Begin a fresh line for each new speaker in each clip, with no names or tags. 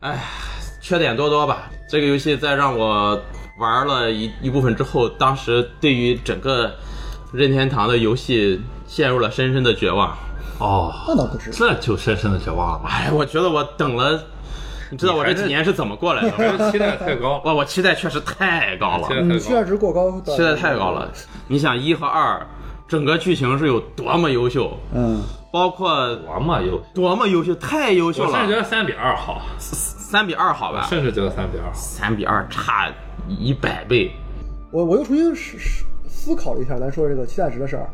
哎，缺点多多吧。这个游戏在让我玩了一一部分之后，当时对于整个任天堂的游戏陷入了深深的绝望。
哦，
那倒不至于。
这就深深的绝望了吧？
哎，我觉得我等了，你知道我这几年是怎么过来的吗？
这个期待太高了，
哇，我期待确实太高了
期，待
你
太
嗯期
高
待
了。
值过高的，
期待太高了。你想一和二，整个剧情是有多么优秀，
嗯，
包括
我嘛又，
多么优秀，太优秀
我甚至觉
了。
得三比二好，
三比二好吧，
甚至觉得三比二好。
三比二差一百倍。
我我又重新思思考了一下咱说这个期待值的事儿，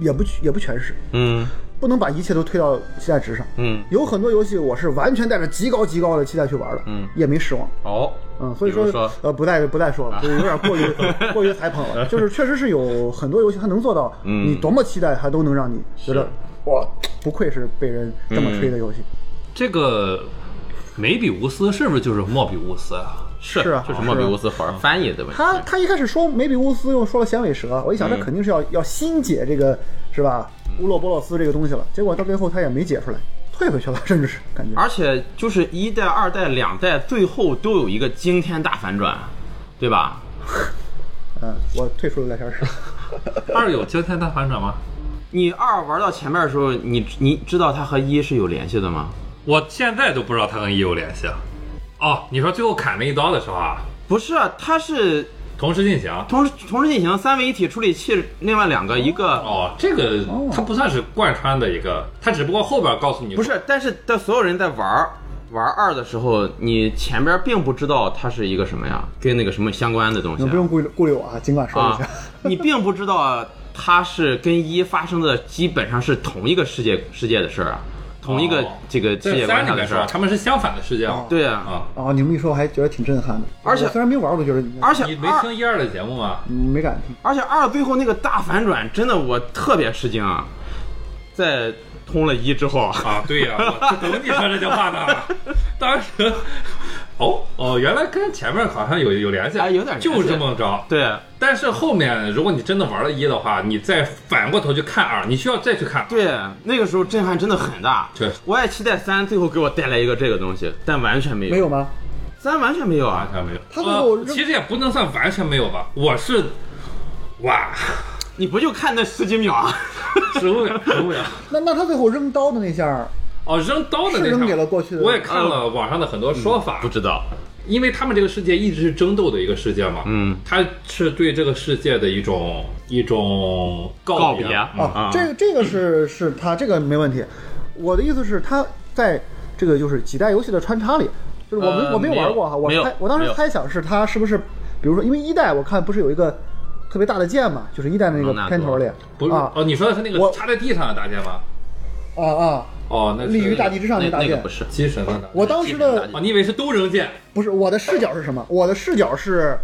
也不也不全是，
嗯
不能把一切都推到期待值上。
嗯，
有很多游戏我是完全带着极高极高的期待去玩的，
嗯
也没失望。
哦，
嗯，所以
比
说
如说啊
呃，不再不再说了，就是有点 过于过于采捧了。就是确实是有很多游戏它能做到，
嗯
你多么期待它都能让你觉得
是嗯
哇，不愧是被人这么吹的游戏。
这个梅比乌斯是不是就是莫比乌斯啊？
是
是啊
就是
是啊
莫比乌斯好翻译的问题。
他他一开始说梅比乌斯又说了响尾蛇，我一
嗯
想这肯定是要、要新解这个是吧乌洛波洛斯这个东西了，结果到最后他也没解出来，退回去了，甚至是感觉。
而且就是一代、二代、两代，最后都有一个惊天大反转，啊对吧？
嗯，我退出了聊天 室。
二有惊天大反转吗？
你二玩到前面的时候，你你知道它和一是有联系的吗？
我现在都不知道他跟一有联系。哦，你说最后砍那一刀的时候啊，
不是啊，它是
同时进行。
同时同时进行三位一体处理器，另外两个一个
哦，这个它不算是贯穿的一个，它只不过后边告诉你
不是，但是在所有人在玩儿玩二的时候，你前边并不知道它是一个什么呀，跟那个什么相关的东西
你
啊、
们不用顾虑顾虑我啊，尽管说一
啊
下。，
你并不知道它是跟一发生的基本上是同一个世界世界的事儿啊，同一个、
哦
这个世
在
界观
三里
上的
面
事
说
儿，。
他们是相反的世界啊。
对啊，
啊，
哦，你们一说，我还觉得挺震撼的。
而且
我虽然没玩过，我觉得
而且
你没
二
听一二的节目吗？
没敢听。
而且二最后那个大反转，真的我特别吃惊啊！在通了一之后，
啊，对呀、我等你说这句话呢。当时，哦哦，原来跟前面好像有有联系，
哎有点联系
就这么着。
对
但是后面，如果你真的玩了一的话，你再反过头去看啊二，你需要再去看。
对，那个时候震撼真的很大。
确实
我也期待三最后给我带来一个这个东西，但完全没有，
没有吗？
三完全没有啊！
完全没有。
他最后
呃
扔
其实也不能算完全没有吧。我是，哇，
你不就看那十几秒啊？
十五秒，十五秒。
那那他最后扔刀的那下儿，
哦，扔刀的那
是
场
扔给了过去的
我也看了网上的很多说法，
不知道，
因为他们这个世界一直是争斗的一个世界嘛，
嗯，
它是对这个世界的一种一种告
告
别。
别
嗯
啊，这个这个是是他这个没问题。我的意思是，他在这个就是几代游戏的穿插里，就是我没、
呃
我没玩过哈，我
没有
猜我当
没
时
有
猜想是他是不是，比如说因为一代我看不是有一个特别大的剑嘛，就是一代那个
蒙纳多
片头里，
不是、
啊
哦，你说的是那个
我
插在地上的大剑吗？
啊啊，
哦，那是
立于大地之上
那
大
那
剑。
个不是，
机神的大剑。
我当时的
哦，你以为是都扔剑？
不是我的视角是什么？我的视角是，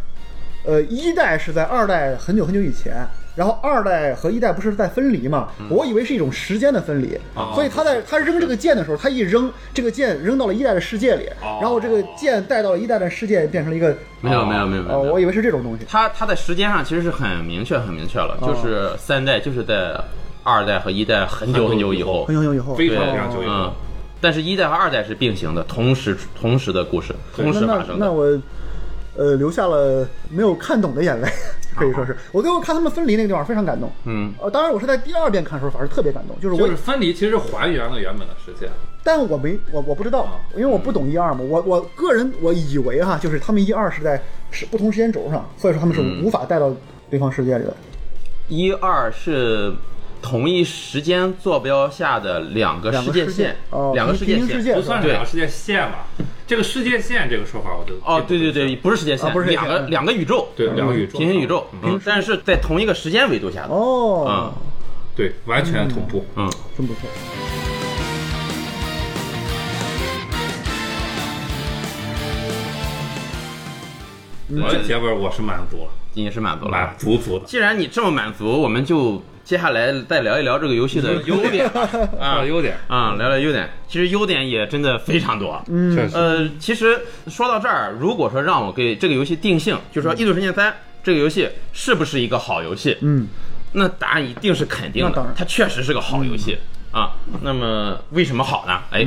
呃，一代是在二代很久很久以前，然后二代和一代不是在分离嘛？
嗯
我以为是一种时间的分离，
啊
所以他在他扔这个剑的时候，他一扔这个剑扔到了一代的世界里，
哦
然后这个剑带到了一代的世界，变成了一个
没有没有没有没
呃，
有。
我以为是这种东西。
它它在时间上其实是很明确、很明确了，就是三代就是在二代和一代很久很久以后
很，久很久以后，
非
对
常非常久以后
嗯，但是一代和二代是并行的，同时同时的故事，同
那
时发
那
生
那
的。
我，呃，流下了没有看懂的眼泪，可以说是我最后看他们分离那个地方非常感动。
啊嗯，
呃，当然我是在第二遍看的时候反而特别感动，就是我
就是分离，其实还原了原本的世界。
但我没我我不知
啊
道，因为我不懂一二嘛。我我个人我以为哈，就是他们一二是在是不同时间轴上，所以说他们是
嗯
无法带到对方世界里的。
一二是同一时间坐标下的两个
两
世
个
界
世
线
界哦，
两个世界
平行世
线
界。
不算是
对
两个世界线吧？这个世界线这个说法，我就
哦，对对对，不是世界线，
啊不是世界
两
线
个
嗯
两个宇宙，
对，两个宇宙，
平行宇宙，
嗯，
嗯，但是在同一个时间维度下的，
哦，
嗯
对，完全同步。
嗯，
真不错。嗯
我的结尾我是满足了，
你是满足了。
满足足的。
既然你这么满足，我们就接下来再聊一聊这个游戏的优点吧啊
啊，优点，
啊，聊聊优点。其实优点也真的非常多。
嗯
确实
呃，其实说到这儿，如果说让我给这个游戏定性，就说《异度神剑三》这个游戏是不是一个好游戏，
嗯，
那答案一定是肯定
那当
的
然，嗯
它确实是个好游戏啊。那么为什么好呢？哎，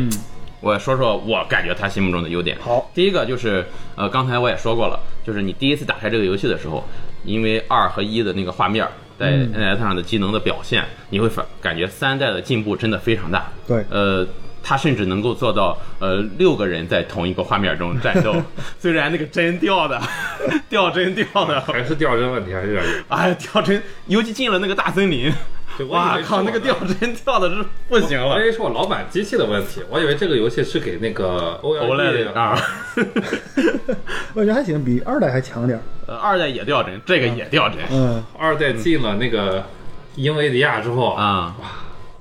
我说说我感觉它心目中的优点。
好，
第一个就是呃，刚才我也说过了，就是你第一次打开这个游戏的时候，因为二和一的那个画面在
嗯
NS 上的技能的表现，你会反感觉三代的进步真的非常大。
对
呃。它甚至能够做到，呃，六个人在同一个画面中 战斗，虽然那个帧掉的，掉帧掉 的，
呃还是掉帧问题还是有点
哎，掉帧，尤其进了那个大森林，
对我以
哇
为是
靠，
我
那个掉帧掉的是不行
我以
了。
为是我老板机器的问题，我以为这个游戏是给那个 OLED
的啊，
我觉得还行，比二代还强点儿。
呃二代也掉帧，这个也掉帧
嗯，
二代进了那个英维迪亚之后，
啊，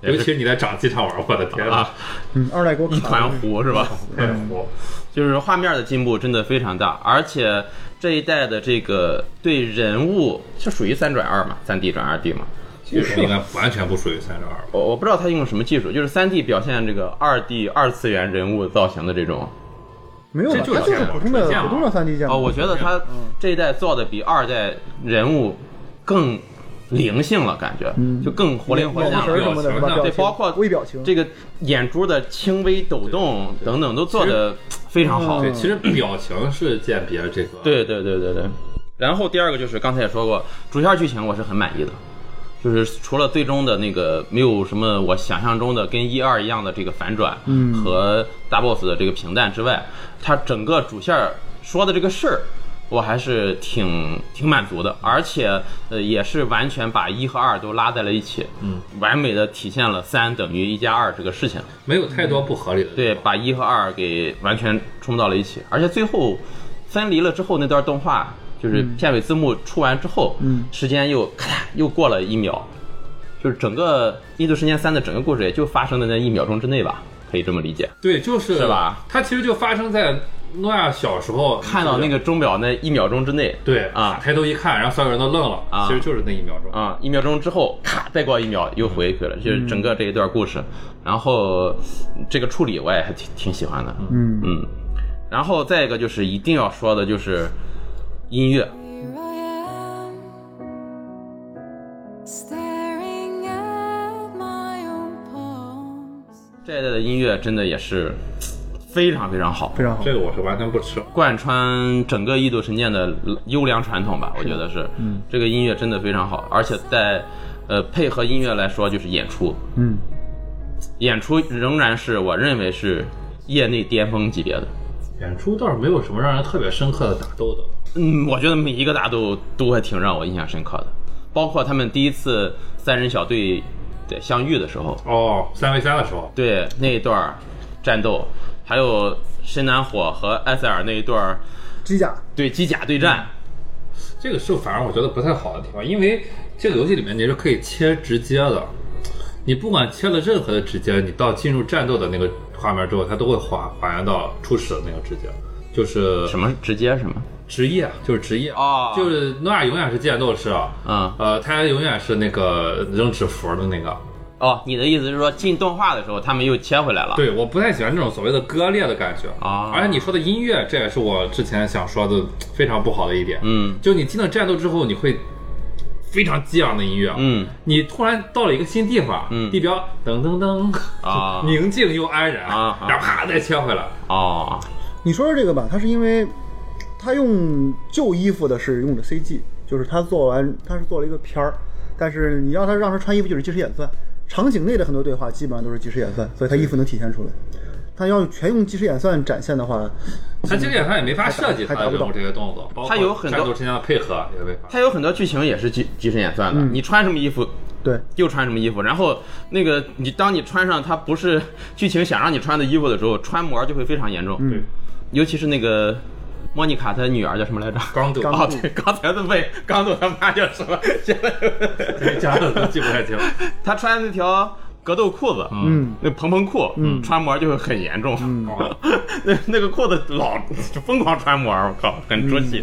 也
尤
是
其是你在掌机上玩，我的天呐，
啊，
嗯，二代给我
一
卡
团
了。
糊是吧？
太火！
就是画面的进步真的非常大，而且这一代的这个对人物是属于三转二嘛，三 D 转二 D 嘛。
这种应该完全不属于三十二。
我我不知道他用什么技术，就是三 D 表现这个二 D 二次元人物造型的这种
没有吧？
这就是
它就是
建模
普通的
纯建模
普通的三 D 建模。
哦，我觉得他
嗯
这一代做的比二代人物更灵性了，感觉、
嗯
就更活灵活
眼
现
眼神儿
了。
什么的是吧？
表情
表
啊对，
情，
包括
微表情。
这个眼珠的轻微抖动等等，都做的非常好。
嗯对，其实表情是鉴别这个，，
嗯对对对对对。然后第二个就是刚才也说过，主线剧情我是很满意的，就是除了最终的那个没有什么我想象中的跟一二一样的这个反转和大 boss 的这个平淡之外，它整个主线说的这个事儿。我还是挺挺满足的，而且呃也是完全把一和二都拉在了一起，嗯，完美的体现了三等于一加二这个事情。
没有太多不合理的。
嗯对，，把一和二给完全冲到了一起，而且最后分离了之后那段动画，就是片尾字幕出完之后，
嗯
时间又咔嗒又过了一秒，就是整个《异度神剑三》的整个故事也就发生的那一秒钟之内吧，可以这么理解。
对，就是
是吧？
它其实就发生在诺亚小时候
看到那个钟表那一秒钟之内，
对
啊
抬头一看，然后所有人都愣了，
啊
其实就是那一秒钟。
啊、一秒钟之后，咔，再过一秒又回去了，就是整个这一段故事。然后这个处理我也还挺挺喜欢的，
嗯
嗯。然后再一个就是一定要说的就是音乐，
Here I am, staring at my own palms.
这一代的音乐真的也是非常非常好，
非常好
这。个我是完全不吃，
贯穿整个《异度神剑》的优良传统吧，我觉得是。嗯，这个音乐真的非常好，而且在呃配合音乐来说，就是演出，
嗯，
演出仍然是我认为是业内巅峰级别的。
演出倒是没有什么让人特别深刻的打斗的。
嗯，我觉得每一个打斗都还挺让我印象深刻的，包括他们第一次三人小队对相遇的时候，
哦，三 v 三的时候，
对那一段儿战斗，还有深南火和埃塞尔那一段儿
机甲
对机甲对战，
这个是反而我觉得不太好的地方，因为这个游戏里面你是可以切直接的，你不管切了任何的直接，你到进入战斗的那个画面之后，它都会还还原到初始的那个直接，就是
嗯什么直接什么
职业，就是职业
哦
就是诺亚永远是剑斗士啊，
啊、
呃，他永远是那个扔纸符的那个。
哦，你的意思是说进动画的时候他们又切回来了？
对，我不太喜欢这种所谓的割裂的感觉
啊
而且你说的音乐，这也是我之前想说的非常不好的一点。
嗯
就你进了战斗之后，你会非常激昂的音乐。啊
嗯
你突然到了一个新地方，
嗯
地标噔噔噔，
啊
宁静又安然，
啊啊
然后啪再切回来，
哦
你说说这个吧，它是因为它用旧衣服的是用的 CG，就是它做完它是做了一个片儿，但是你要它让它穿衣服就是即时演算，场景内的很多对话基本上都是即时演算，所以它衣服能体现出来。它要全用即时演算展现的话，
他这个演算也没法设计他
还达
的
不到
这个动作，包括
它有很多
战斗之间的配合也没法。
它有很多剧情也是即即时演算的，你穿什么衣服
对，
就穿什么衣服，然后那个你当你穿上它不是剧情想让你穿的衣服的时候，穿模就会非常严重，
对，
尤其是那个莫妮卡她女儿叫什么 来着？
刚度
哦，对，刚才都被刚度他妈叫什么？现在
对， 加的都记不太清。
他穿那条格斗裤子，
嗯，
那蓬蓬裤，嗯，穿模就会很严重，嗯， 那那个裤子老就疯狂穿模，我靠，很出戏。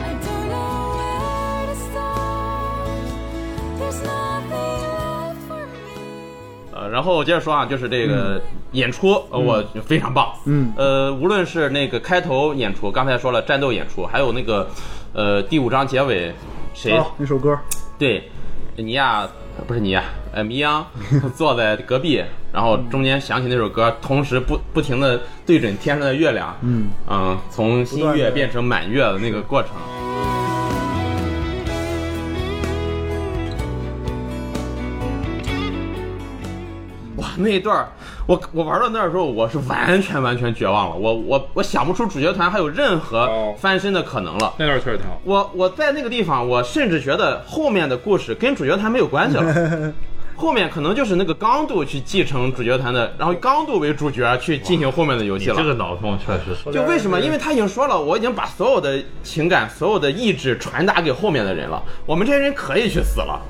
I don't know where to start. There's nothing left for me.
呃，然后我接着说啊，就是这个演出，呃我非常棒，
嗯
呃，无论是那个开头演出，刚才说了战斗演出，还有那个呃第五章结尾谁
啊哦，那首歌
对尼亚不是尼亚，呃，米央坐在隔壁，然后中间响起那首歌，同时不不停的对准天上的月亮，嗯从新
断地
月变成满月的那个过程。哇，那一段儿我我玩到那儿的时候，我是完全完全绝望了，我我我想不出主角团还有任何
哦
翻身的可能了。
那段确实挺好。
我我在那个地方，我甚至觉得后面的故事跟主角团没有关系了。后面可能就是那个刚度去继承主角团的，然后刚度为主角去进行后面的游戏了。
这个脑洞确实是
就为什么？因为他已经说了，我已经把所有的情感、所有的意志传达给后面的人了。我们这些人可以去死了，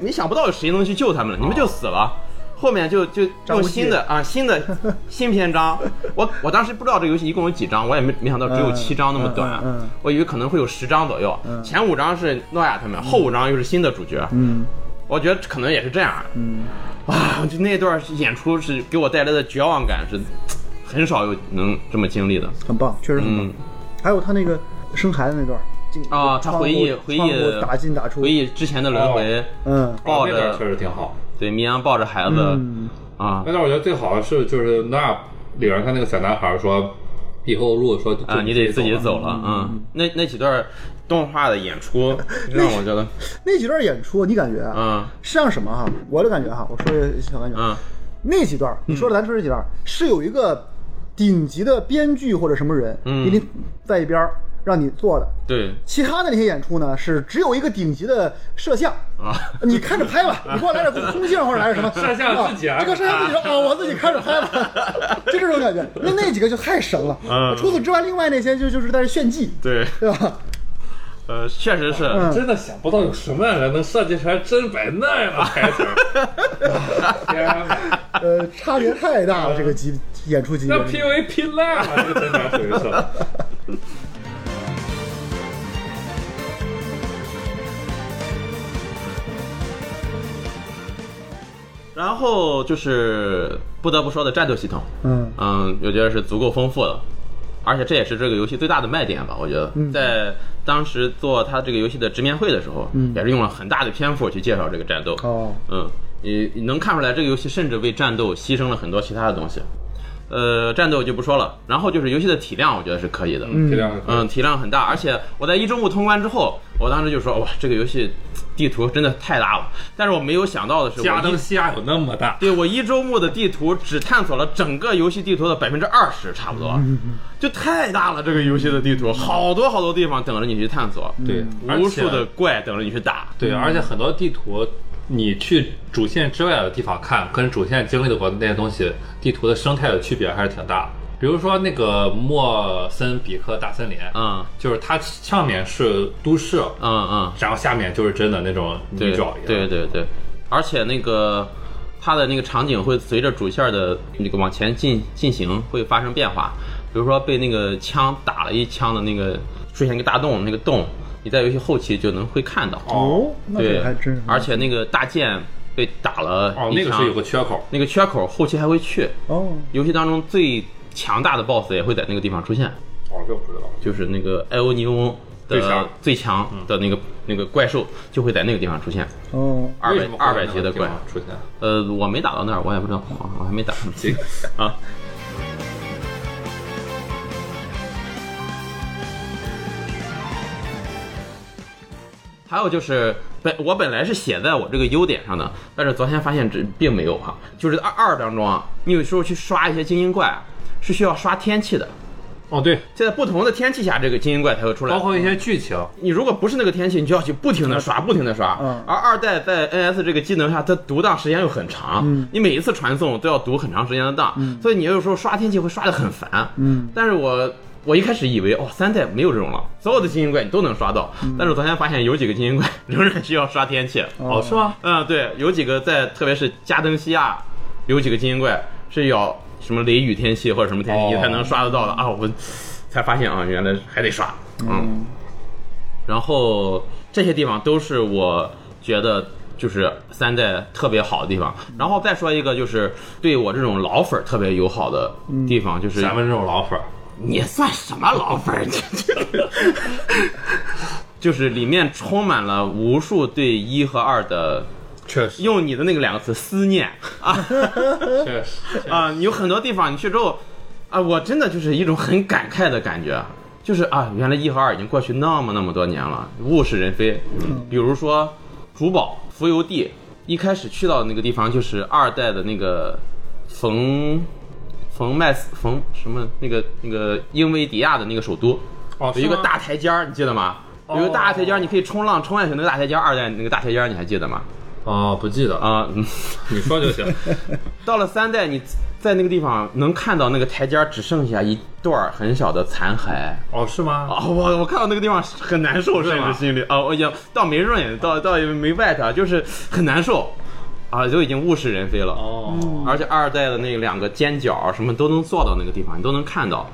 你想不到有谁能去救他们了，你们就死了。 后面就就
张无
用
忌
新的啊新的 新篇章，我我当时不知道这游戏一共有几章，我也没没想到只有
嗯
七章那么
嗯
短
嗯嗯，
我以为可能会有十章左右，前五章是诺亚他们，后五章又是新的主角，
嗯
我觉得可能也是这样。
嗯，
哇，就那段演出是给我带来的绝望感是很少有能这么经历的，
很棒，确实很棒。
嗯。
还有他那个生孩子那段儿，这
啊他
窗户
回忆回忆
窗户打进打出，
回忆之前的轮回，
嗯
抱
那段
着
确实挺好。
对绵羊抱着孩子、
嗯
啊
那段我觉得最好的是就是那里边他那个小男孩说，以后如果说就
啊，你得自己走了，嗯，那那几段动画的演 出让我觉得，
那几段演出，你感觉啊，
嗯
是像什么哈？我的感觉哈，我说一个小感觉，
嗯，
那几段儿你说的咱说这几段儿是有一个顶级的编剧或者什么人
嗯
给你在一边儿让你做的，
对
其他的那些演出呢，是只有一个顶级的摄像
啊，
你看着拍 吧，你给我来点空镜或者来点什么
摄像自己
啊
啊
这个摄像自己 说啊，我自己看着拍吧，就这种感觉。那那几个就太神了。除此之外，另外那些就就是在这炫技，
嗯对，
对吧？
呃，确实是，
嗯
真的想不到有什么人能设计出来真百那样的台 词儿。啊天哪
呃，差别太大了，这个级演出级别
那 PUA 拼烂了，这个真的属于 是。
然后就是不得不说的战斗系统，
嗯
嗯，我觉得是足够丰富的，而且这也是这个游戏最大的卖点吧。我觉得、在当时做它这个游戏的直面会的时候，
嗯
也是用了很大的篇幅去介绍这个战斗。
哦，
嗯，你你能看出来这个游戏甚至为战斗牺牲了很多其他的东西。呃，战斗就不说了，然后就是游戏的体量，我觉得是可以的。嗯
这两个
嗯，体量很大，而且我在一中物通关之后，我当时就说哇，这个游戏地图真的太大了。但是我没有想到的是，
加
我一
灯西亚有那么大，
对我一周目的地图只探索了整个游戏地图的百分之二十，差不多，
嗯
就太大了。这个游戏的地图好多好多地方等着你去探索，
对，
无数
而
的
且
怪等着你去打。
对，而且很多地图。你去主线之外的地方看，跟主线经历的过的那些东西，地图的生态的区别还是挺大的。比如说那个莫森比克大森林，
嗯
就是它上面是都市，
嗯嗯，
然后下面就是真的那种
对
泥沼一样。
对对对，而且那个它的那个场景会随着主线的那个往前进进行会发生变化，比如说被那个枪打了一枪的那个出现一个大洞，那个洞你在游戏后期就能会看到。
哦，那
对
这还真是，，
而且那个大剑被打了
哦，
一
那个
枪
是有个缺口，
那个缺口，后期还会去。
哦，
游戏当中最强大的 BOSS 也会在那个地方出现，
哦，这不知道。
就是那个艾欧尼翁
最
的
强
最强的那个那个怪兽就会在那个地方出现，
哦，
二
为
百
什么会有
二
那
百
个
级的
地
怪。
方出现，
呃，我没打到那儿，我也不知道，我还没打上去 啊。还有就是本我本来是写在我这个优点上的，但是昨天发现这并没有哈、就是二二当中啊，你有时候去刷一些精英怪啊，是需要刷天气的，
哦对，
就在不同的天气下，这个精英怪才会出来
包。括一些剧情，
你如果不是那个天气，你就要去不停的刷，不停的刷。
嗯
而二代在 NS 这个技能下，它读档时间又很长，
嗯
你每一次传送都要读很长时间的档，
嗯
所以你有时候刷天气会刷的很烦。
嗯
但是我我一开始以为哦，三代没有这种了，所有的精英怪你都能刷到，
嗯
但是我昨天发现有几个精英怪仍然需要刷天气。
哦是吗？
嗯，对，有几个在特别是加登西亚，有几个精英怪是要什么雷雨天气或者什么天气、
哦
你才能刷得到的啊！我才发现啊，原来还得刷，嗯然后这些地方都是我觉得就是三代特别好的地方。然后再说一个，就是对我这种老粉儿特别友好的地方，就是
咱们这种老粉儿，
你算什么老粉儿？ 就是里面充满了无数对一和二的，
确实
用你的那个两个词思念啊
确实，
啊，有很多地方你去之后，啊，我真的就是一种很感慨的感觉，就是啊，原来一和二已经过去那么那么多年了，物是人非。比如说竹堡浮游地，一开始去到的那个地方就是二代的那个冯冯麦斯冯什么那个那个英维迪亚的那个首都，
哦，
有一个
是吗
大台阶儿，你记得吗？有一个大台阶儿，你可以冲浪冲下去，那个大台阶儿，二代那个大台阶儿，你还记得吗？
哦，不记得，
啊、嗯
你说就行。
到了三代，你在那个地方能看到那个台阶儿只剩下一段儿很小的残骸。
哦，是吗？
啊、我我看到那个地方很难受，
是
甚
吗
至心里 啊，我也倒没润，倒倒也没 wet，啊就是很难受，啊，都已经物是人非了。
哦，
而且二代的那两个尖角什么都能做到那个地方，你都能看到，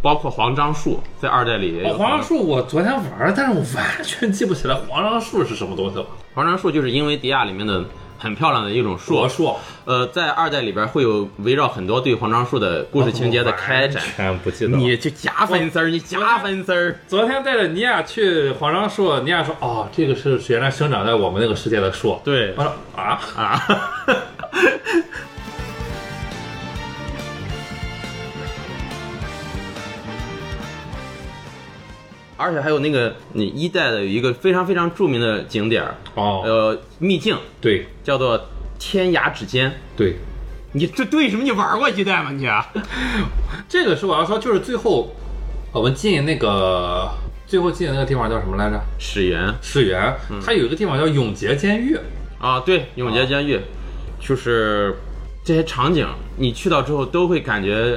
包括黄樟树在二代里也有、
哦黄樟树，我昨天玩了，但是我完全记不起来黄樟树是什么东西了。
黄樟树就是因为迪亚里面的很漂亮的一种树
果，树，
呃，在二代里边会有围绕很多对黄樟树的故事情节的开展。
完全不记得了。
你就加粉丝儿，你加粉丝儿。
昨天带着尼亚去黄樟树，尼亚说：“哦，这个是原来生长在我们那个世界的树。”
对
我说：“啊，
啊， 而且还有那个你一代的有一个非常非常著名的景点儿，
哦，
呃，秘境
对
叫做天涯指尖。
对，
你这对什么？你玩过一代吗？你、啊
这个是我要说，就是最后我们进那个最后进的那个地方叫什么来着？
始源
世园，它有一个地方叫永劫监狱。
啊，对，永劫监狱，就是这些场景，你去到之后都会感觉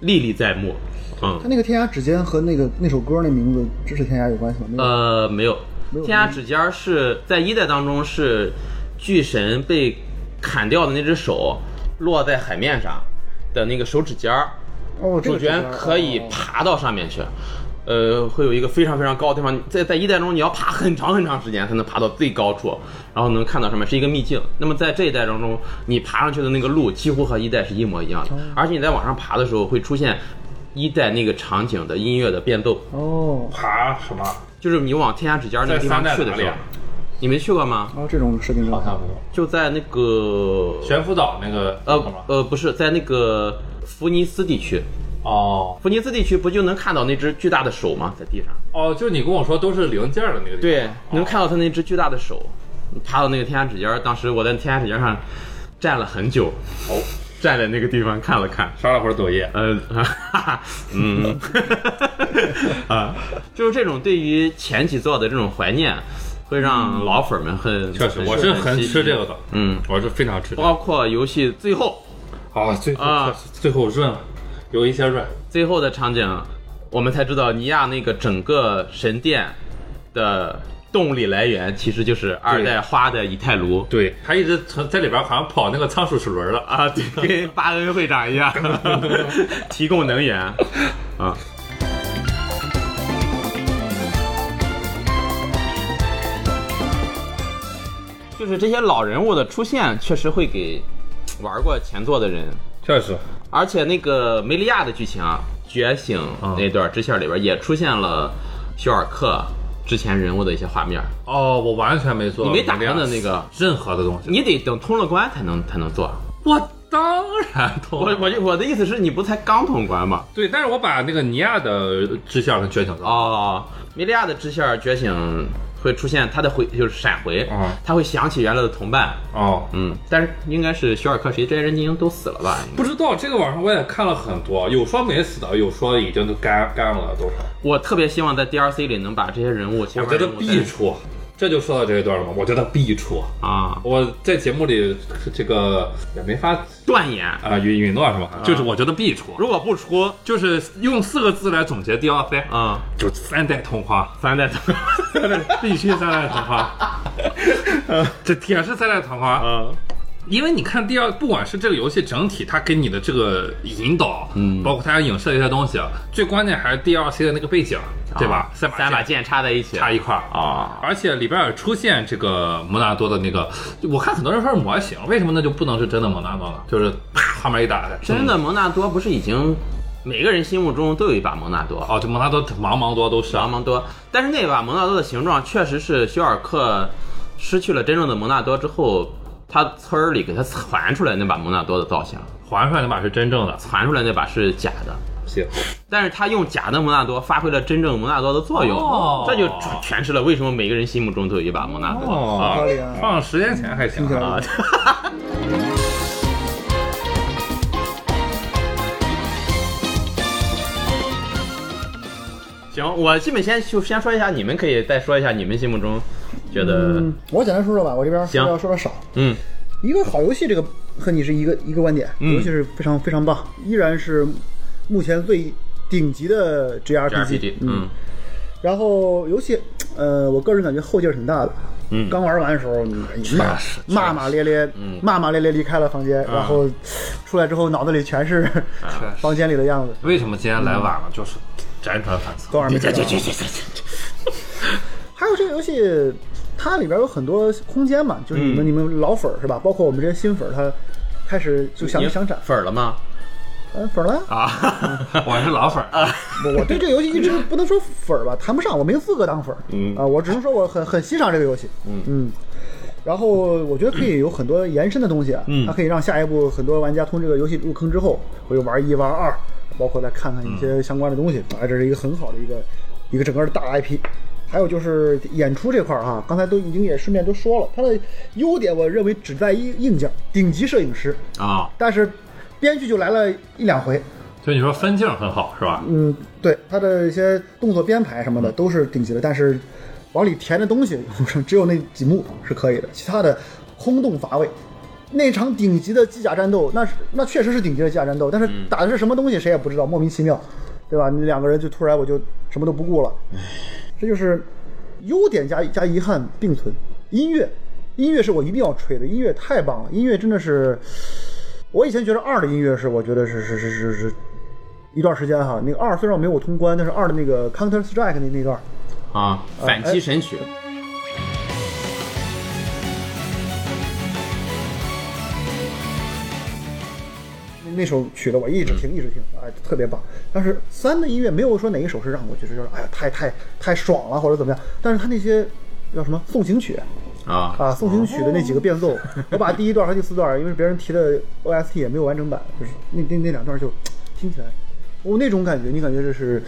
嘖历历在目。嗯
他，那个《天涯指尖》和那个那首歌那名字《这是天涯》有关系吗？没有。
呃，没有
没，有
天涯指尖儿是在一代当中是巨神被砍掉的那只手落在海面上的那个手指尖儿，
哦，这
主
个
角可以
哦
爬到上面去。呃，会有一个非常非常高的地方，在在一代中你要爬很长很长时间才能爬到最高处，然后能看到上面是一个秘境。那么在这一代当中，你爬上去的那个路几乎和一代是一模一样的，
哦
而且你在往上爬的时候会出现一代那个场景的音乐的变奏，
哦
爬什么？
就是你往天涯指尖那个地方
在三代
去的
哪里
时候
啊，
你没去过吗？
哦，这种设定真
好像
好。
没有。
就在那个
悬浮嗯岛那个地方
呃
吗？
呃不是在那个福尼斯地区，
哦
福尼斯地区不就能看到那只巨大的手吗？在地上。
哦，就是你跟我说都是零件的那个地方。
对，能看到他那只巨大的手，爬到那个天涯指尖儿。当时我在天涯指尖上站了很久，
哦，
站在那个地方看了看，
刷了会儿抖音。
呃， 哈哈，嗯， 啊，就是这种对于前几座的这种怀念，会让老粉儿们很
嗯确实，我是很吃这个，的，
嗯，
我是非常吃这个。
包括游戏最后
啊，最后、
啊
最后润了，有一些润。
最后的场景，我们才知道尼亚那个整个神殿的动力来源其实就是二
对
代花的以太炉。
对他一直从在里边好像跑那个仓鼠齿轮了啊。
啊，对，跟巴恩会长一样，提供能源啊。就是这些老人物的出现，确实会给玩过前作的人，
确实，
而且那个梅利亚的剧情啊，觉醒那段支线里边也出现了休尔克之前人物的一些画面，
哦，我完全没做，
你没打
亮
算的那个
任何的东西。
你得等通了关才能才能做。
我当然通
我
了。
我就我的意思是你不才刚通关吗？
对，但是我把那个尼亚的支线给觉醒了。
哦，梅利亚的支线儿觉醒会出现他的回就是闪回，
嗯
他会想起原来的同伴，
哦，
嗯，但是应该是肖尔克谁这些人已经都死了吧？应该
不知道这个网上我也看了很多，有说没死的，有说已经都干干了多少。
我特别希望在 DLC 里能把这些人物前
我
面
觉得
人物
必
再
出，这就说到这一段了嘛。我觉得必出。
啊
我在节目里这个也没法
断言，
啊允允诺是吧？就是我觉得必出，
如果不出
就是用四个字来总结 DLC，
啊，
就三代同花，
三代同
必须三代同花， 这铁是三代同花。
啊
因为你看第二，不管是这个游戏整体，它给你的这个引导，嗯，包括它影射的一些东西，啊最关键还是 DLC 的那个背景，对吧？啊三把
三把
剑
剑插在一起
插一块儿。
啊，
而且里边也出现这个摩纳多的那个，我看很多人说是模型，为什么那就不能是真的摩纳多呢？就是啪，画面一打，
真的蒙纳多不是已经每个人心目中都有一把蒙纳多，
哦，这蒙纳多茫茫多都是
芒
啊，
蒙多，但是那把蒙纳多的形状确实是休尔克失去了真正的蒙纳多之后，他村儿里给他传出来那把蒙纳多的造型，
还出来那把是真正的，
传出来那把是假的。
行，
但是他用假的蒙纳多发挥了真正蒙纳多的作用，
哦
这就诠诠释了为什么每个人心目中都有一把蒙纳多。
哦
合理啊
放十年前还行
听起
啊
来，
行，我基本先就先说一下，你们可以再说一下你们心目中觉得，嗯
我简单说说吧，我这边
行
说要说的少。
嗯
一个好游戏，这个和你是一个一个观点，
嗯
尤其是非常非常棒，依然是目前最顶级的
，RPG，
GRPG。
嗯
然后游戏，呃，我个人感觉后劲儿挺大的。
嗯
刚玩完的时候，你你骂
实
骂骂咧咧，骂骂咧咧离开了房间，然后出来之后脑子里全是 房间里的样子。
为什么今天来晚了？就是辗转反侧。
昨
嗯
晚没睡着。还有这个游戏，它里边有很多空间嘛，就是你们、你们老粉儿是吧？包括我们这些新粉儿，他开始就想
你
想展，
粉儿了吗？
嗯，粉儿了呀。
啊，
我是老粉儿，
我我对这个游戏 一直不能说粉儿吧，谈不上，我没资格当粉儿。嗯啊，我只能说我很很欣赏这个游戏。嗯然后我觉得可以有很多延伸的东西啊，它可以让下一步很多玩家通这个游戏入坑之后，我就玩一玩二，包括再看看一些相关的东西。反正这是一个很好的一个一个整个的大 IP。还有就是演出这块儿、哈，刚才都已经也顺便都说了，它的优点我认为只在一硬件，顶级摄影师，
啊，
但是编剧就来了一两回，
就你说分镜很好是吧？
嗯，对，他的一些动作编排什么的都是顶级的，但是往里填的东西只有那几幕是可以的，其他的空洞乏味。那场顶级的机甲战斗，那是那确实是顶级的机甲战斗，但是打的是什么东西谁也不知道，莫名其妙，对吧？你两个人就突然我就什么都不顾了，这就是优点加加遗憾并存。音乐，音乐是我一定要吹的，音乐太棒了，音乐真的是，我以前觉得二的音乐是我觉得是是是是是一段时间哈，那个二虽然我没有通关，但是二的那个 Counter Strike 那那段儿，
啊，反击神曲，
那那首曲子我一直听一直听，哎，特别棒。但是三的音乐没有说哪一首是让我觉得就是哎呀太太太爽了或者怎么样，但是他那些叫什么送行曲
啊，
啊，送行曲的那几个变奏， 我把第一段和第四段，因为别人提的 OST 也没有完整版，就是那那那两段就听起来，我、那种感觉，你感觉这是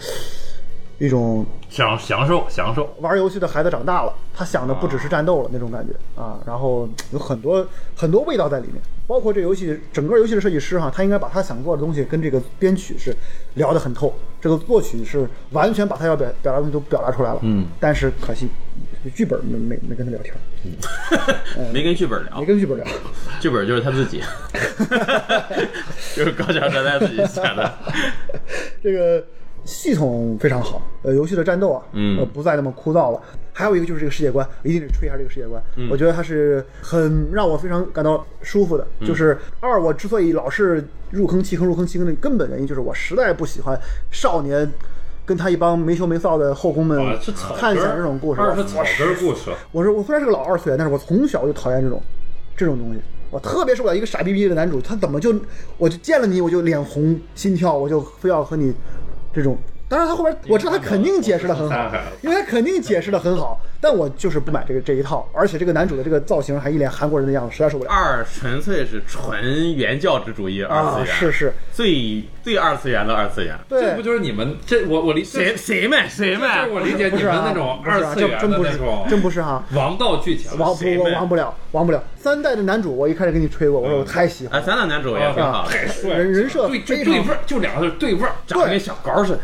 一种
享享受享受，
玩游戏的孩子长大了，他想的不只是战斗了那种感觉啊，然后有很多很多味道在里面，包括这游戏整个游戏的设计师哈，他应该把他想做的东西跟这个编曲是聊得很透，这个作曲是完全把他要表表达的东西都表达出来了，嗯，但是可惜剧本没没没跟他聊天，
没跟剧本聊
没，跟剧本聊，
剧本就是他自 己，就是高桥哲哉自己写的。
这个系统非常好，呃，游戏的战斗啊，
嗯
呃，不再那么枯燥了。还有一个就是这个世界观，一定得吹一下这个世界观。
嗯
我觉得它是很让我非常感到舒服的。
嗯
就是二，我之所以老是入坑弃坑入坑弃坑的根本原因，就是我实在不喜欢少年跟他一帮没羞没臊的后宫们
啊，这草根儿
探险这种故事。
二是草根儿故事，
我是我虽然是个老二岁，但是我从小就讨厌这种这种东西。我特别受不了一个傻逼逼的男主，他怎么就我就见了你我就脸红心跳，我就非要和你这种。当然他后边我知道他肯定解释的很好，因为他肯定解释的很好，但我就是不买这个这一套。而且这个男主的这个造型还一脸韩国人的样子，实在受不了。
二纯粹是纯原教旨主义二次
啊，
元，
是是，
最最二次元的二次元。
这
对
不，就是你们这我我理
谁
解，
谁们谁
这
们
是我理解
不
你
是
们
啊
那种
不是
二
啊
次
这
元
真
的
不
那
是
种，
真不是哈，
王道啊剧情，
王
谁
我
们
王不了，王不了。三代的男主我一开始给你吹过，我说我太喜欢
啊，
嗯
了。
咱俩男主也挺好的，
太帅了，
人人设
对就对
非常
味儿，就两个字对味儿，长得跟小狗似的，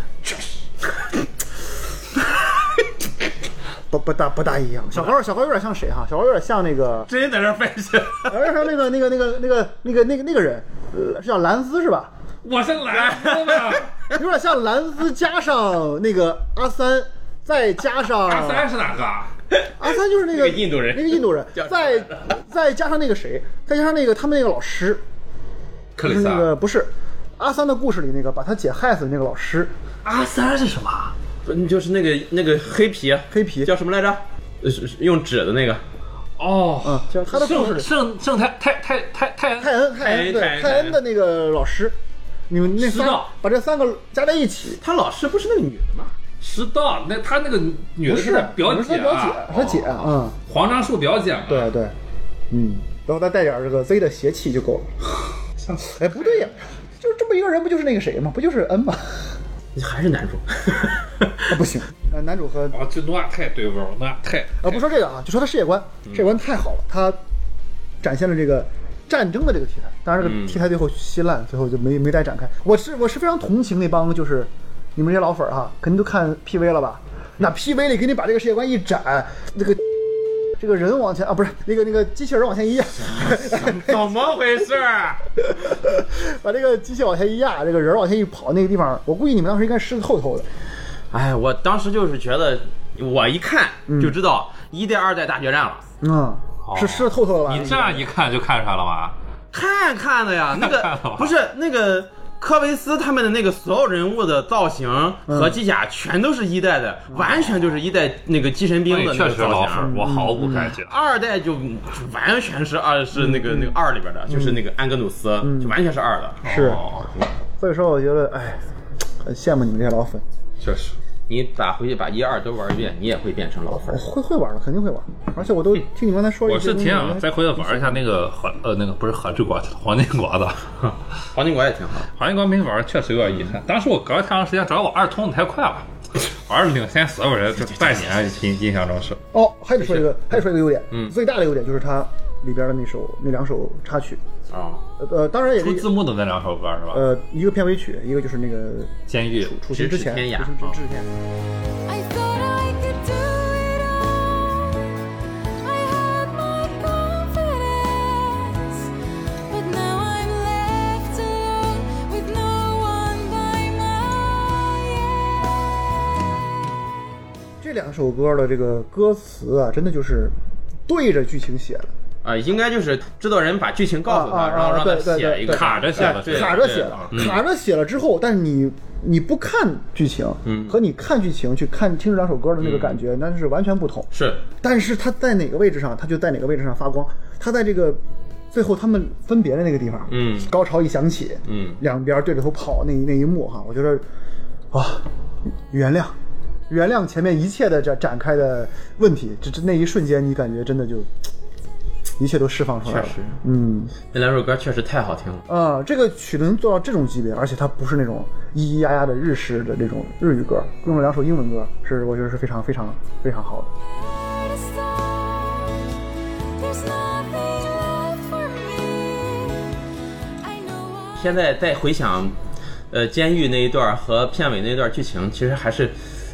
不不大不大一样，小高小高有点像谁哈？小高有点像那个
真在这分析。
而是说那个那个那个那个那个那个那个人，呃，是叫兰斯是吧？
我是蓝 色的，
有点像兰斯加上那个阿三，再加上
阿三是哪个？
阿三就是那个
那个印度人
那个印度人
叫，
再再加上那个谁，再加上那个他们那个老师，
克
就
里
是
斯
那
啊
个不是阿三的故事里那个把他姐害死的那个老师，
阿三是什么？嗯就是那个那个黑皮啊
黑皮
叫什么来着？呃是是用纸的那个
哦，
嗯，叫他的故
圣
事里
圣圣泰泰泰泰泰恩
泰恩泰
泰
恩
恩
对
泰恩
泰恩的那个老师，你们那
知
三
道
把这三个加在一起，
他老师不是那个女的吗？
知道那他那个女
不
的
是
他表
不是
姐
他表姐
啊，，
他姐，嗯，
黄樟树表姐嘛。
对对，嗯，啊然后再带点这个 Z 的邪气就够了。 哎，不对呀，就是这么一个人，不就是那个谁吗？不就是 N 吗？
你还是男主，
啊， 不行，那男主和
哦
啊，这那太对味儿了，那太
啊，不说这个啊，就说他世界观，世界观太好了，他展现了这个战争的这个题材。当然，这个题材最后稀烂，最后就没没再展开。我是我是非常同情那帮就是你们这些老粉儿哈，肯定都看 PV 了吧？那 PV 里给你把这个世界观一展，那个这个人往前啊，不是那个那个机器人往前一压，
怎么回事儿？
把这个机器往前一压，这个人往前一跑，那个地方，我估计你们当时应该湿透透的。
哎，我当时就是觉得，我一看
嗯
就知道一代二代大决战了。
嗯，是湿透透的吧？
你这样一看就看出来了吧？
看看的 呀，那
看了
个
吧
不是那个科维斯他们的那个所有人物的造型
嗯
和机甲全都是一代的，完全就是一代那个机神兵的那
那确
个
实
造
老
型。
粉，我毫
嗯
不啊客气了。
二代就完全是二，是那
嗯
个那个二里边的，就是那个安格努斯，就完全是二的。
是，
哦
所以说我觉得，哎，很羡慕你们这些老粉。
确实。
你打回去把一二都玩一遍，你也会变成老粉儿。
会会玩的，肯定会玩。而且我都听你刚才说了
我
一些
是
东
挺
西，
想再回头玩一下那个韩呃那个不是韩之 国黄金国的，
黄金国也挺好，
黄金国没玩，确实有点遗憾。当时我隔了太长时间，主要我二通的太快了，玩领先所有人就半年，啊印印象中是。
哦，还得说一个，还得说一个优点，
嗯
最大的优点就是它里边的那首那两首插曲，
啊、
呃呃，当然也
出
是
字幕的那两首歌是吧？
呃一个片尾曲，一个就是那个
监狱
处刑之前，
咫尺天涯
处
啊
刑之前，
I thought I could do it all. I had my confidence, but now I'm left alone with no one by my
这两首歌的这个歌词啊，真的就是对着剧情写的，
啊，应该就是制作人把剧情告诉他，
啊啊啊
然后让他
对对
写一个
对
卡着写
哎
的，
对嗯
卡着写的，卡着写了之后，但是你你不看剧情，
嗯
和你看剧情去看听这两首歌的那个感觉，那是完全不同。
是
但是他在哪个位置上，他就在哪个位置上发光。他在这个最后他们分别的那个地方，
嗯
高潮一响起，
嗯
两边对着头跑那一那一幕哈，我觉得啊，原谅，原谅前面一切的这展开的问题，这这那一瞬间，你感觉真的就嘖一切都释放出来了。
确实
嗯
那两首歌确实太好听了。
啊，这个曲能做到这种级别，而且它不是那种咿咿呀呀的日式的那种日语歌，用了两首英文歌，是我觉得是非常非常非常好的。
Where to start? There's nothing left for me. I know I.
现在再回想，呃，监狱那一段儿和片尾那段剧情，其实还是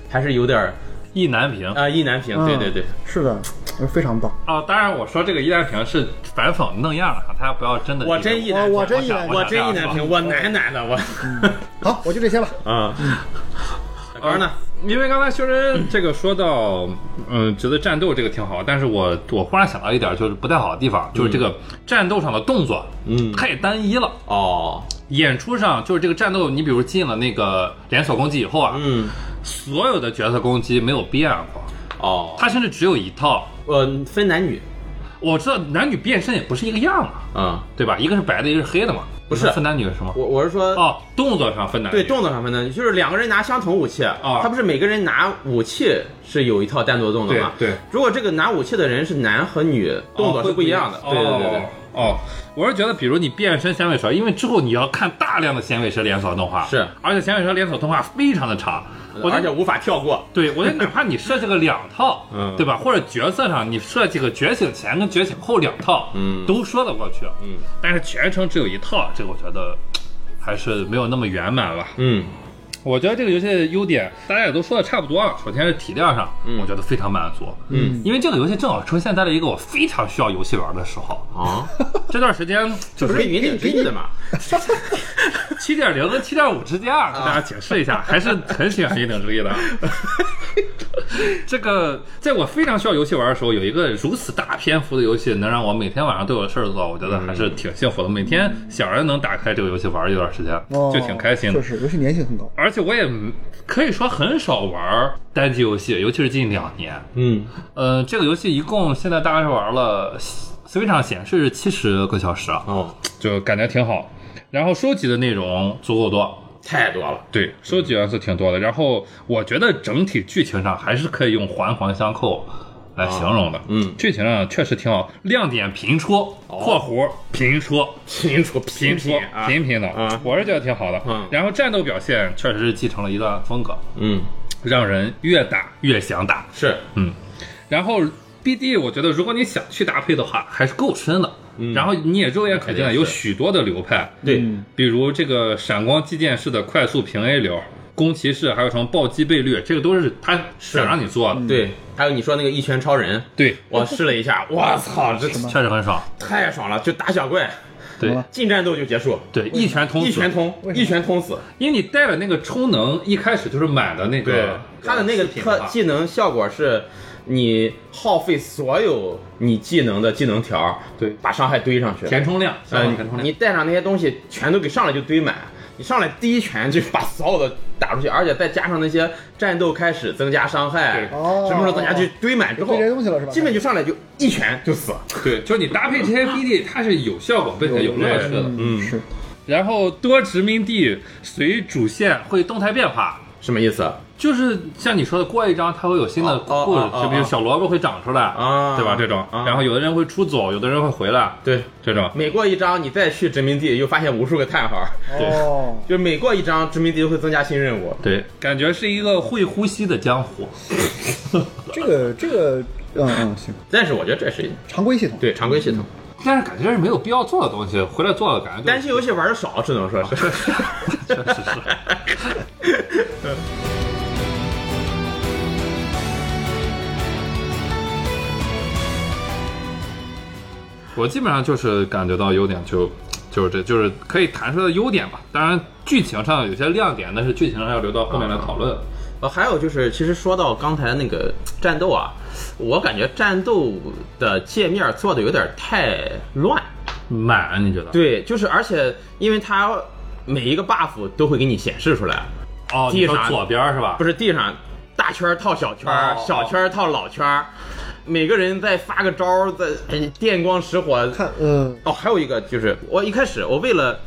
还是有点儿
意难平
啊意难
嗯
平。对对对，
是的，嗯非常棒。
啊！当然我说这个意难平是反讽弄样了，大家不要真的。
我真意难
我我
平，
真意难
我
我
真
真
意
意
难
难
平，
平
我难难的 我。
好，我就这些吧。
啊，小高呢？
因为刚才修真这个说到，嗯，觉得战斗这个挺好，但是我我忽然想到一点，就是不太好的地方，就是这个战斗上的动作，
嗯
太单一了。
哦，
演出上就是这个战斗，你比如进了那个连锁攻击以后啊，
嗯，
所有的角色攻击没有变过，
哦，
它甚至只有一套。
呃，分男女
我知道男女变身也不是一个样啊，
啊，
对吧？一个是白的，一个是黑的嘛。
不是
你说分男女是吗？
我我是说，
哦，动作上分男女。
对，动作上分的，就是两个人拿相同武器，
啊
他不是每个人拿武器是有一套单独的动作吗？
对对
如果这个拿武器的人是男和女，动作是不一样的。
哦
对对对对，。
哦，我是觉得，比如你变身响尾蛇，因为之后你要看大量的响尾蛇连锁动画，
是
而且响尾蛇连锁动画非常的长，我觉
而且
得，
无法跳过。
对我觉得哪怕你设计个两套，
嗯
对吧？或者角色上你设计个觉醒前跟觉醒后两套，
嗯
都说得过去，
嗯，
但是全程只有一套，这个我觉得还是没有那么圆满吧。
嗯，
我觉得这个游戏的优点，大家也都说的差不多啊了。首先是体量上，
嗯
我觉得非常满足。嗯，因为这个游戏正好出现在了一个我非常需要游戏玩的时候。
啊，
这段时间就
不是
是
云顶之弈的嘛？
七点零跟七点五之间啊，给大家解释一下，还是很喜欢云顶之弈的。啊 这个在我非常需要游戏玩的时候，有一个如此大篇幅的游戏，能让我每天晚上都有事儿做，我觉得还是挺幸福的。每天想着能打开这个游戏玩一段时间，
哦，
就挺开心的
确。实，游戏粘性很高。
而且我也可以说很少玩单机游戏，尤其是近两年。
嗯，
呃，这个游戏一共现在大概是玩了，Switch 上显示七十个小时啊，
哦，
就感觉挺好。然后收集的内容足够多。
太多了。
对，收集元素挺多的，然后我觉得整体剧情上还是可以用环环相扣来形容的。
嗯
剧情上确实挺好，亮点频出（括弧频出
清楚
哦频
频
出
啊，
频频的），
啊
我是觉得挺好的。
嗯
然后战斗表现确实是继承了一段风格，
嗯，
让人越打越想打。
是
然后 BD，我觉得如果你想去搭配的话，还是够深的。然后你也肉眼可
那肯
见
定
的
是
有许多的流派，
对，
比如这个闪光击剑式的快速平 A 流，攻骑士还有什么暴击倍率，这个都是他想让你做的。
对，还有你说那个一拳超人，
对，
我试了一下，我操，这
确实很爽。
太爽了，就打小怪，
对
么
近战斗就结束，
对，一拳通
一
死，
拳通，
为什么
一拳通死。
因为你带了那个充能，一开始就是满的那个
他的那个
视频的
特
话
技能效果是，你耗费所有你技能的技能条，
对
把伤害堆上去。
填充量，
呃
填充，量。
你带上那些东西全都给上来就堆满，你上来第一拳就把所有的打出去，而且再加上那些战斗开始增加伤害，
对
哦
什么时候增加就堆满之后，
堆这些东西了是吧
基本就上来就一拳就死。
对，就是你搭配这些 BD，它是有效果并且有乐趣的。
嗯，是
然后多殖民地随主线会动态变化，
什么意思？
就是像你说的，过一章它会有新的
哦哦
故事
哦，
就比如
哦
小萝卜会长出来，
啊
对吧？这种
啊，
然后有的人会出走，有的人会回来，
对，
这种。
每过一章你再去殖民地，又发现无数个叹号，
哦，
就每过一章殖民地就会增加新任务。
对，感觉是一个会呼吸的江湖。
这个这个，嗯嗯，行，
但是我觉得这是一
常规系统，
对常规系统，
但是感觉是没有必要做的东西，回来做了感觉就
单机游戏玩的少，只能说是。
确实是。我基本上就是感觉到优点就就是这就是可以谈出的优点吧。当然，剧情上有些亮点，但是剧情上要留到后面来讨论。
呃，还有就是，其实说到刚才那个战斗啊，我感觉战斗的界面做的有点太乱。
满，啊你觉得？，
对，就是而且因为它每一个 buff 都会给你显示出来，
哦，你说
地上
左边是吧？
不是地上大圈儿套小圈儿，
哦
小圈儿套老圈儿，每个人再发个招儿，再哎电光石火。
看，嗯，
哦，还有一个就是我一开始我为了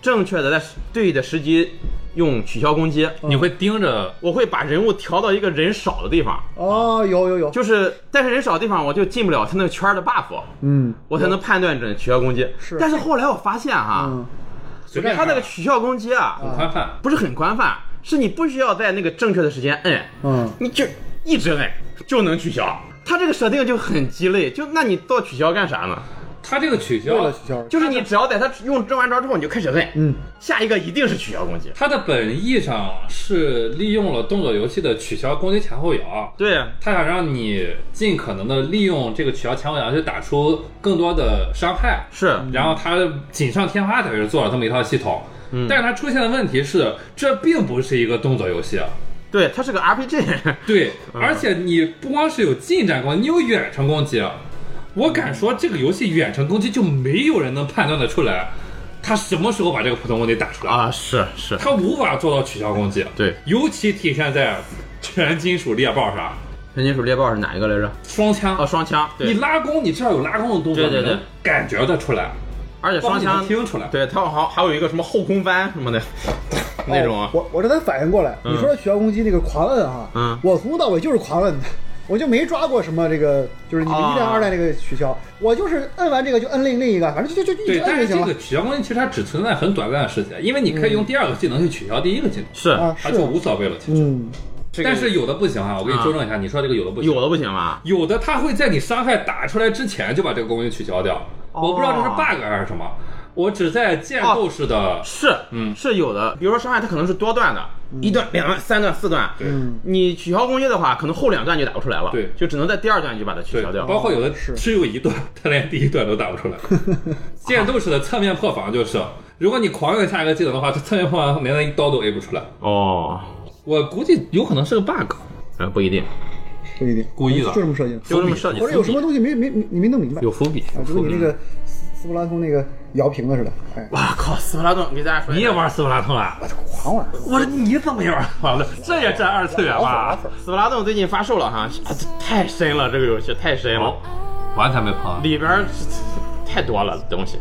正确的在对的时机用取消攻击，
你会盯着
我会把人物调到一个人少的地方。
哦，有有有，
就是，但是人少的地方我就进不了他那个圈儿的 buff，
嗯
我才能判断准取消攻击。
是
但是后来我发现哈，
嗯，
随便
他那个
看
取消攻击啊，
宽泛，
不是很宽泛，是你不需要在那个正确的时间摁，
嗯
你就一直摁就能取消。他这个设定就很鸡肋，就那你做取消干啥呢？
他这个取消
为了取消，
就是你只要在他用正完招之后你就开始摁，
嗯，
下一个一定是取消攻击。
它的本意上是利用了动作游戏的取消攻击前后摇，
对，啊
他想让你尽可能的利用这个取消前后摇去打出更多的伤害，
是，
然后他锦上添花，等于是做了这么一套系统。但是它出现的问题是，这并不是一个动作游戏，啊
对，它是个 RPG，
对，而且你不光是有近战攻击，你有远程攻击。啊我敢说，这个游戏远程攻击就没有人能判断得出来，他什么时候把这个普通攻击打出来
啊，是是，
他无法做到取消攻击，啊
对
尤其体现在全金属猎豹上，
全金属猎豹是哪一个来着？
双枪，
哦，双枪，对
你拉弓，你至少有拉弓的动作，
对对对
你能感觉得出来，
而且双
帮
枪
你能听出来
对它好像还有一个什么后空翻什么的，那种
哦
啊，
我我这才反应过来，你说的取消攻击那个狂摁哈，
嗯
我从头到尾就是狂摁的。我就没抓过什么这个，就是你们
啊
一代、二代那个取消，我就是摁完这个就摁另另一个，反正就就就一
对
直，
但
摁
是
就
这
行
个
了
取消攻击其实它只存在很短暂的时间，因为你可以用第二个技能去取消第一个技能，
是
啊，
它
是，
就无所谓了。其实，
嗯，
嗯这个
但是有的不行啊，我给你纠正一下，你说这个有的不行，
有的不行吧？
有的它会在你伤害打出来之前就把这个攻击取消掉，我不知道
哦
这是 bug 还是什么，我只在建构式的
是，
嗯
是有的。比如说伤害，它可能是多段的，一段、两段、三段、四段。嗯对，
嗯
你取消攻击的话，可能后两段就打不出来了，
对
就只能在第二段就把它取
对
消，掉。
包括有的
是
只有一段，他连第一段都打不出 来。剑斗士的侧面破防就是，如果你狂用下一个技能的话，这侧面破防连他一刀都 A 不出来。
哦，
我估计有可能是个 bug，
呃，不一定，
不一定，
故意的
就这么设计的。
就这么设计
或者有什么东西没没没你没弄明白
有伏笔。
啊，就跟你那个斯斯普拉通那个摇瓶子似的，哎，
哇靠！斯普拉顿，给大家说一下，
你也玩斯普拉通啊？
狂玩。
我说你怎么也玩斯普拉通？这也占二次元吧？
斯普拉顿最近发售了哈，啊这哦太深了，这个游戏太深了，
完全没碰啊。
里边儿太多了东西。